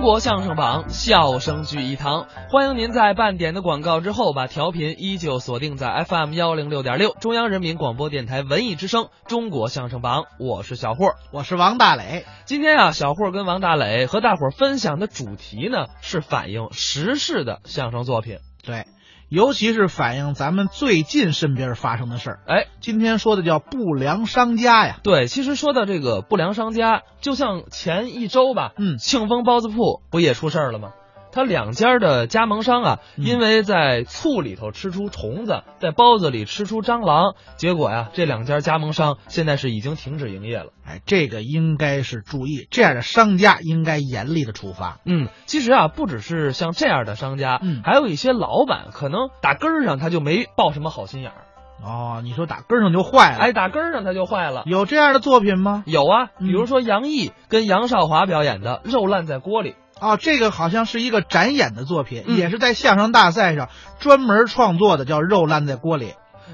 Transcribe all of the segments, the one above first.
国相声榜，笑声聚一堂。欢迎您在半点的广告之后，把调频依旧锁定在 FM 幺零六点六，中央人民广播电台文艺之声《中国相声榜》，我是小霍。我是王大磊。今天啊，小霍跟王大磊和大伙儿分享的主题呢，是反映时事的相声作品。对，尤其是反映咱们最近身边发生的事儿。哎，今天说的叫不良商家呀。对，其实说到这个不良商家，就像前一周吧，嗯庆丰包子铺不也出事儿了吗？他两家的加盟商啊，嗯因为在醋里头吃出虫子，在包子里吃出蟑螂，结果呀、这两家加盟商现在是已经停止营业了。哎，这个应该是注意，这样的商家应该严厉的处罚。嗯，其实啊，不只是像这样的商家，嗯还有一些老板，可能打根儿上他就没抱什么好心眼儿，哦，你说打根上就坏了。哎，，打根儿上他就坏了。有这样的作品吗？有啊，比如嗯说杨毅跟杨少华表演的《肉烂在锅里》。哦，这个好像是一个展演的作品，嗯也是在相声大赛上专门创作的，叫《肉烂在锅里》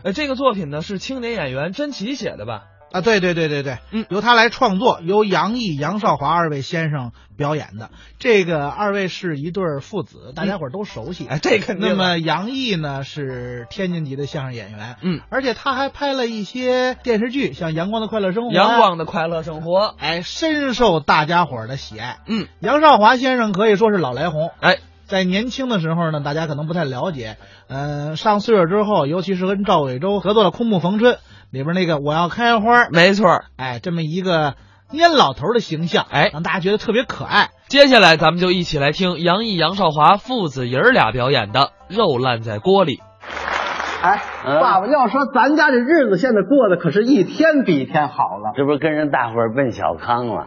呃，这个作品呢是青年演员甄奇写的吧？啊。对对对对对，嗯由他来创作，由杨毅、杨少华二位先生表演的。这个二位是一对儿父子，大家伙儿都熟悉。哎，这肯定嗯的。那么杨毅呢是天津籍的相声演员，嗯，而且他还拍了一些电视剧，像《阳光的快乐生活》、啊阳，光的快乐生活，哎，深受大家伙儿的喜爱。嗯，杨少华先生可以说是老来红，哎，在年轻的时候呢，大家可能不太了解，嗯、上岁数之后，尤其是跟赵伟洲合作了《枯木逢春》里边那个“我要开花儿没错儿。”，哎，这么一个蔫老头儿的形象，哎让大家觉得特别可爱。接下来咱们就一起来听杨毅、杨少华父子爷儿俩表演的《肉烂在锅里》。哎，嗯爸爸，要说咱家这日子现在过得可是一天比一天好了，这不是跟人大伙儿奔小康了？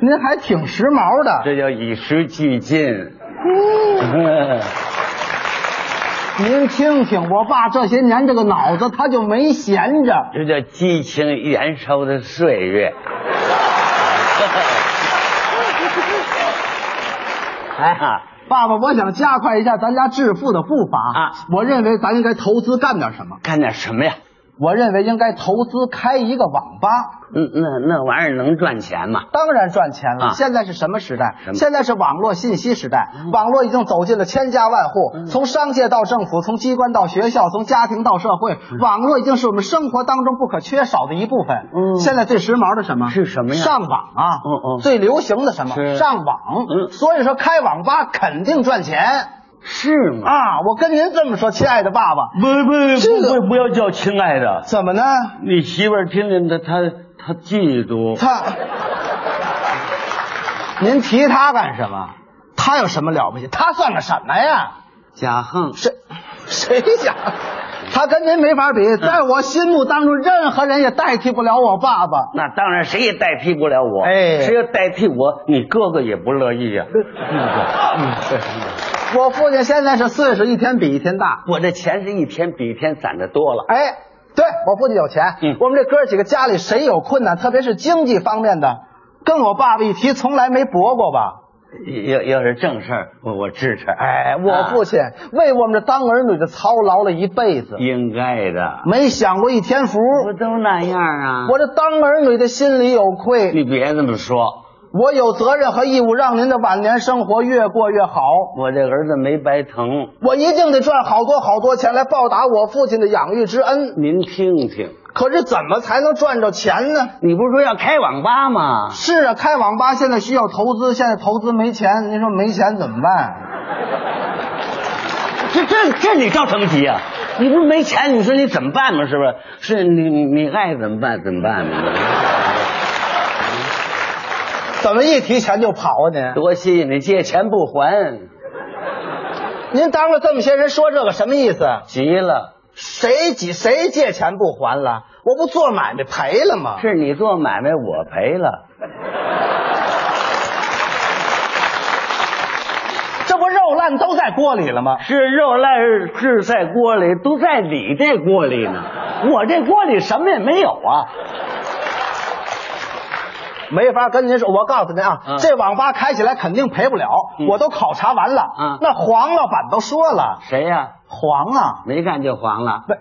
您还挺时髦的。这叫与时俱进。嗯您听听，我爸这些年这个脑子他就没闲着。 这叫激情燃烧的岁月。哎，爸爸，我想加快一下咱家致富的步伐啊我认为咱应该投资干点什么。干点什么呀？我认为应该投资开一个网吧，嗯那那玩意儿能赚钱吗？当然赚钱了。啊现在是什么时代什？么嗯现在是网络信息时代，网络已经走进了千家万户，从商界到政府，从机关到学校，从家庭到社会，网络已经是我们生活当中不可缺少的一部分。嗯现在最时髦的什么？是什么呀上网啊！嗯嗯最流行的什么？是上网。嗯所以说开网吧肯定赚钱。是吗？啊，我跟您这么说，亲爱的爸爸，不不这个不要叫亲爱的，怎么呢？你媳妇儿听见她她她嫉妒。他，您提他干什么？他有什么了不起？他算个什么呀？贾横谁谁讲？他跟您没法比，在我心目当中，任何人也代替不了我爸爸。那当然，谁也代替不了我。哎谁要代替我，你哥哥也不乐意 呀、 我父亲现在是岁数一天比一天大。我这钱是一天比一天攒的多了。哎，对我父亲有钱，嗯我们这哥几个家里谁有困难，特别是经济方面的，跟我爸爸一提，从来没驳过吧。要要是正事儿，我我支持。哎，我父亲为我们这当儿女的操劳了一辈子，应该的，没享过一天福。不都那样啊？我这当儿女的心里有愧，你别这么说，我有责任和义务让您的晚年生活越过越好。我这儿子没白疼。我一定得赚好多好多钱来报答我父亲的养育之恩。您听听，可是怎么才能赚着钱呢？你不是说要开网吧吗？是啊，开网吧现在需要投资，现在投资没钱，您说没钱怎么办？这这这你着什么急啊？你不是没钱，你说你怎么办嘛？是不是？是你你爱怎么办怎么办嘛？怎么一提钱就跑啊您？多谢谢你借钱不还，您当着这么些人说这个什么意思？啊急了。谁急谁借钱不还了？我不做买卖赔了吗？是你做买卖，我赔了。这不肉烂都在锅里了吗？是肉烂是在锅里，都在你这锅里呢。我这锅里什么也没有啊。没法跟您说，我告诉您啊，嗯这网吧开起来肯定赔不了，嗯我都考察完了。嗯那黄老板都说了，谁呀、黄啊，没干就黄了。不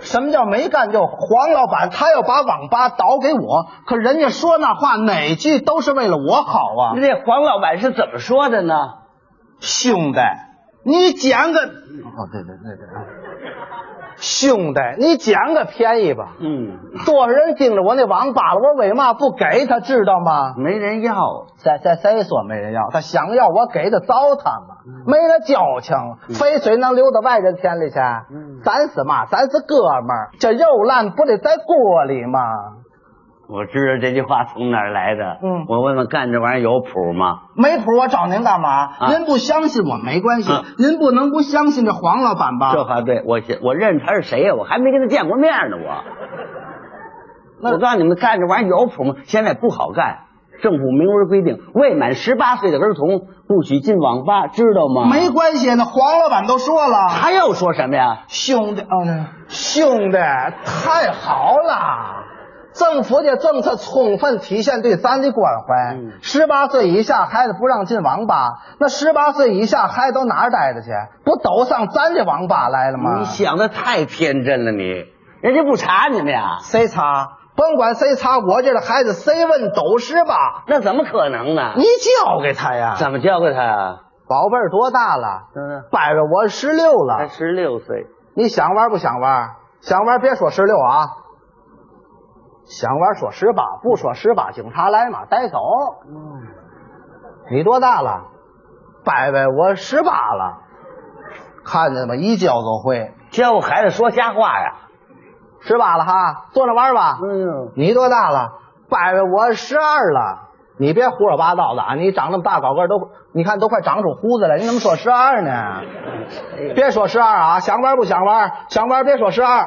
什么叫没干就黄老板？他要把网吧倒给我，可人家说那话哪句都是为了我好啊！那这黄老板是怎么说的呢？兄弟，你捡个哦，对对对对，兄弟，你捡个便宜吧。嗯，多少人盯着我那网吧了，我为嘛不给他？知道吗？没人要，谁谁谁说没人要？他想要我给的糟蹋嘛，没那交嗯情，肥水能流到外人田里去？咱是嘛？咱是哥们儿，这肉烂不得在锅里吗？我知道这句话从哪儿来的。嗯我问问干这玩意儿有谱吗？没谱，我找您干嘛？啊您不相信我没关系，啊您不能不相信这黄老板吧？这话对，啊我信我认识他是谁呀？我还没跟他见过面呢，我。那我告诉你们，干这玩意儿有谱吗？现在不好干，政府明文规定，未满十八岁的儿童不许进网吧，知道吗？没关系，那黄老板都说了，他又说什么呀？兄弟，哦，那兄弟，太好了。政府的政策充分体现对咱的关怀嗯。十八岁以下孩子不让进网吧，那十八岁以下孩子都哪儿待着去？不都上咱这网吧来了吗？你想的太天真了，你人家不查你们呀？谁查？甭管谁查，我这的孩子谁问都是吧？那怎么可能呢？你教给他呀！怎么教给他呀？宝贝儿多大了？嗯，掰着我十六啊才了，十六岁，你想玩不想玩？想玩别说十六啊，想玩说十八，不说十八，警察来嘛，带走。你多大了？掰掰，我十八了。看见吗？一教就会。教孩子说瞎话呀？十八了哈，坐那玩吧。哎呦，你多大了？掰掰，我十二了。你别胡说八道了啊！你长那么大高个儿都，你看都快长出胡子来，你怎么说十二呢？别说十二啊，想玩不想玩？想玩别说十二，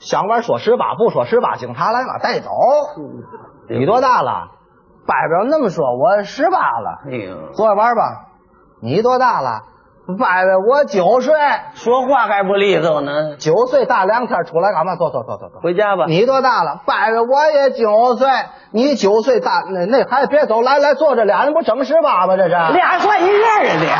想玩说十八，不说十八，警察来了带走。你多大了？摆不了那么说，我十八了。哎呦，坐着玩吧。你多大了？摆摆，我九岁，说话还不利索呢。九岁大凉天出来干嘛？走走走走走。回家吧，你多大了？摆摆，我也九岁，你九岁大，那那孩子别走，来来坐着，俩人不整十八吗？这是，俩人算一个人的呀？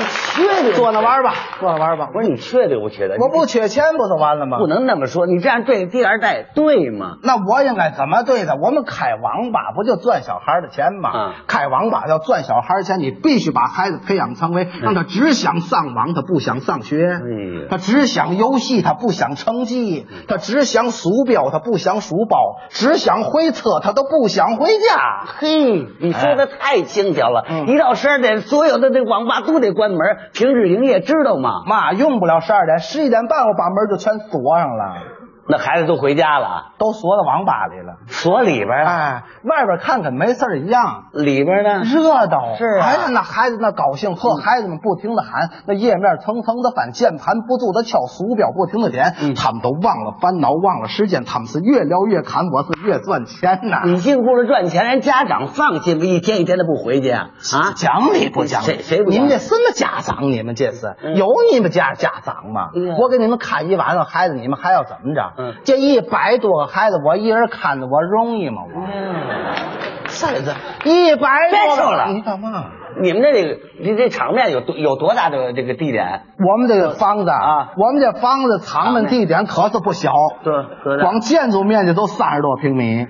缺德！坐那玩儿吧，坐那玩儿吧。不是你缺德不缺德？我你不缺钱不就完了吗？不能那么说，你这样对第二代对吗？那我应该怎么对他？我们开网吧不就赚小孩的钱吗？嗯开网吧要赚小孩钱，你必须把孩子培养成为让他只想上网，他不想上学；嗯哎呀嗯他只想游戏，他不想成绩；他只想鼠标，他不想书包；只想回车，他都不想回家。嘿，你说的太轻巧了！嗯一到十二点，所有的这网吧都得关门，停止营业，知道吗？妈，用不了十二点，十一点半我把门就全锁上了，那孩子都回家了，都锁到网吧里了。锁里边儿啊，哎，外边看看没事儿一样。里边呢？热闹嗯是啊嗯哎呀，那孩子那高兴，呵，孩子们不停的喊，那页面层层的翻，键盘不住的敲，鼠标不停的点，嗯他们都忘了烦恼，忘了时间，他们是越聊越砍，我是越赚钱呐、你净顾着赚钱，人家长放心吗？一天一天的不回去啊？啊，讲理不讲理？谁谁不讲理你们这什么家长？你们这是、嗯有你们家家长吗？嗯我给你们看一晚上孩子，你们还要怎么着？嗯这一百多个孩子，我一人看着我容易吗？我这这一百嗯多别说个了你干嘛？你们这这个这这场面有多有多大的这个地点？我们这个房子啊我们这房子藏的地点可是不小，多多大光建筑面积都三十多平米，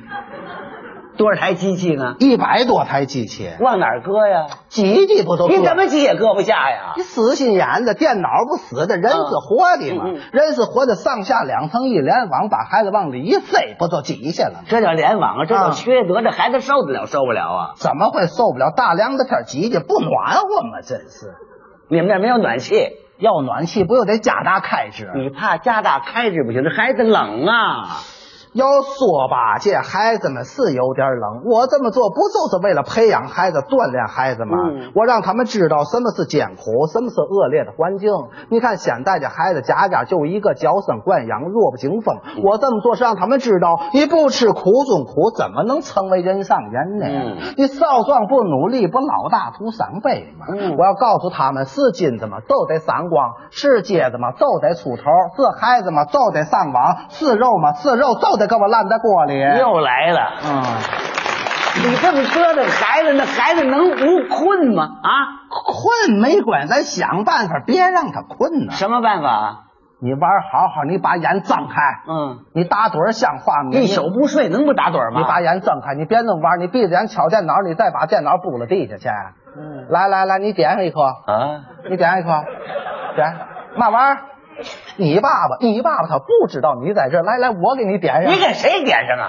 多少台机器呢？一百多台机器，往哪儿搁呀？挤挤不都你搁怎么挤也搁不下呀你！死心眼子，电脑不死的，人是活的嘛，啊嗯嗯人是活的，上下两层一联网，把孩子往里一塞，不就挤下了？这叫联网啊，这啊叫缺德，这孩子受得了受不了啊？怎么会受不了大凉的天挤挤不暖和吗？真是，你们那儿没有暖气。要暖气不又得加大开支？啊你怕加大开支不行，这孩子冷啊。要说吧，这孩子们是有点冷。我这么做不就是为了培养孩子、锻炼孩子吗？嗯我让他们知道什么是艰苦，什么是恶劣的环境。你看现在这孩子家家就一个娇生惯养、弱不禁风。嗯我这么做是让他们知道，你不吃苦中苦，怎么能成为人上人呢？嗯你少壮不努力，不老大徒伤悲吗？嗯我要告诉他们，是金子嘛就得闪光，是疖子嘛就得出头，是孩子嘛就得上网，是肉嘛是肉就得给我烂在锅里。又来了，嗯，你这么折腾孩子，那孩子能不困吗？啊，困没关系，咱想办法，别让他困呐。什么办法？你玩好好，你把眼睁开，嗯，你打盹儿像话吗？一宿不睡能不打盹吗？你把眼睁开，你别那么玩，你闭着眼敲电脑，你再把电脑扑了地下去。来来来，你点上一颗，啊，你点上一颗，点嘛玩意儿？你爸爸，你爸爸他不知道你在这儿。来来，我给你点上。你给谁点上啊？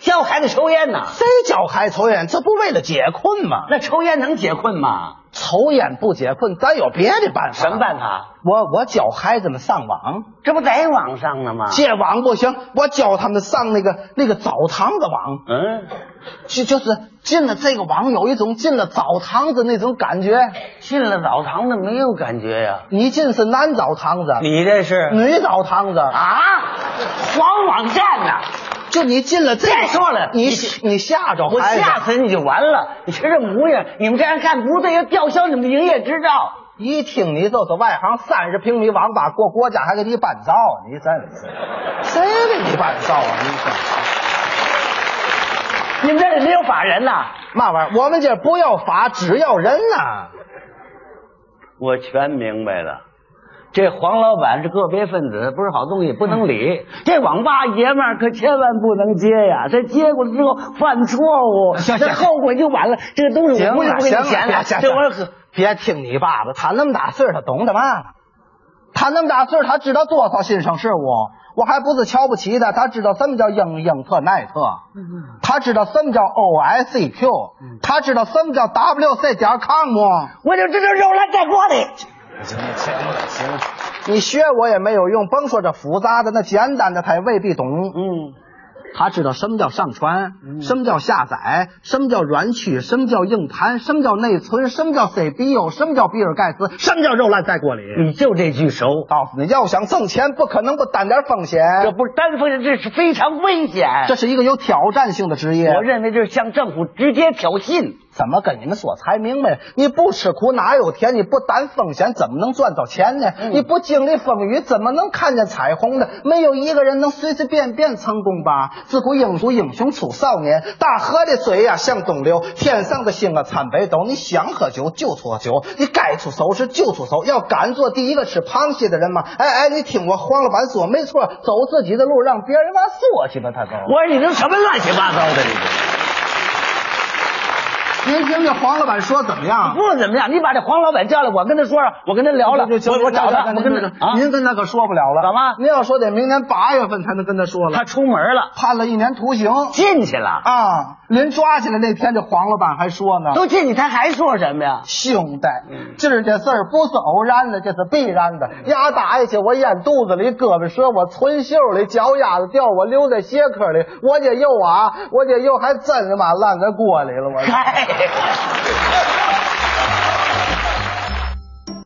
教孩子抽烟呢？谁叫孩子抽烟？这不为了解困吗？那抽烟能解困吗？抽烟不解困，咱有别的办法。什么办法？我我教孩子们上网，这不在网上呢吗？借网不行，我教他们上那个那个澡堂子网。嗯，就就是进了这个网，有一种进了澡堂子那种感觉。进了澡堂子没有感觉呀、你进是男澡堂子，你这是女澡堂子，啊，黄网站呐、就你进了这个，再说了你你你吓着我孩子，吓死你就完了！你瞧这模样，你们这样干不对，要吊销你们营业执照。一听你就是外行，三十平米网吧过国家还给你办照，你真是，谁给你办照啊？你说你们这里没有法人呐、嘛玩意儿？我们这不要法，只要人呐。我全明白了，这黄老板是个别分子，不是好东西，不能理。嗯这网吧爷们儿可千万不能接呀，这接过来之后犯错误，行这行后悔就晚了。这个东西我不是了不给行你了，钱了，行这玩意了儿可别听你爸爸，他那么大岁数，他懂得嘛？他那么大岁数，他知道多少新生事物。我还不是瞧不起他，他知道什么叫英英特奈特，嗯他知道什么叫 OSQ，他知道什么叫 WC 点 com。我就这这肉烂带锅里。你学我也没有用，甭说这复杂的，那简单的他也未必懂。嗯，他知道什么叫上传，什么叫下载，什么叫软驱，什么叫硬盘，什么叫内存，什么叫 CPU，什么叫比尔盖茨，什么叫肉烂在锅里。你就这句熟，告诉你，要想挣钱，不可能不担点风险。这不是单方面，这是非常危险。哎这是一个有挑战性的职业。我认为这是向政府直接挑衅。怎么跟你们说才明白？你不吃苦哪有甜？你不担风险怎么能赚到钱呢？你不经历风雨怎么能看见彩虹呢？没有一个人能随随便便成功吧？自古英雄英雄出少年，大河的水呀、向东流，天上的星啊参北斗。你想喝酒就喝酒，你该出手时就出手。要敢做第一个吃螃蟹的人嘛！哎哎，你听我黄老板说，没错，走自己的路，让别人往说去吧，他都。我说你都什么乱七八糟的，你这您听听黄老板说怎么样？不怎么样。你把这黄老板叫来，我跟他说说，我跟他聊了，就就我我找他，我跟他啊，您跟他可说不了了。怎么您要说得明年八月份才能跟他说了。他出门了，判了一年徒刑进去了，啊！临抓起来那天，这黄老板还说呢都进去，他还说什么呀？ 兄弟，嗯今儿这事儿不是偶然的，这是必然的。牙打下去，我咽肚子里，胳膊折，我唇袖里，脚丫子掉，我留在鞋壳里。我这又啊，我这又还真他妈烂在锅里了。我嗨，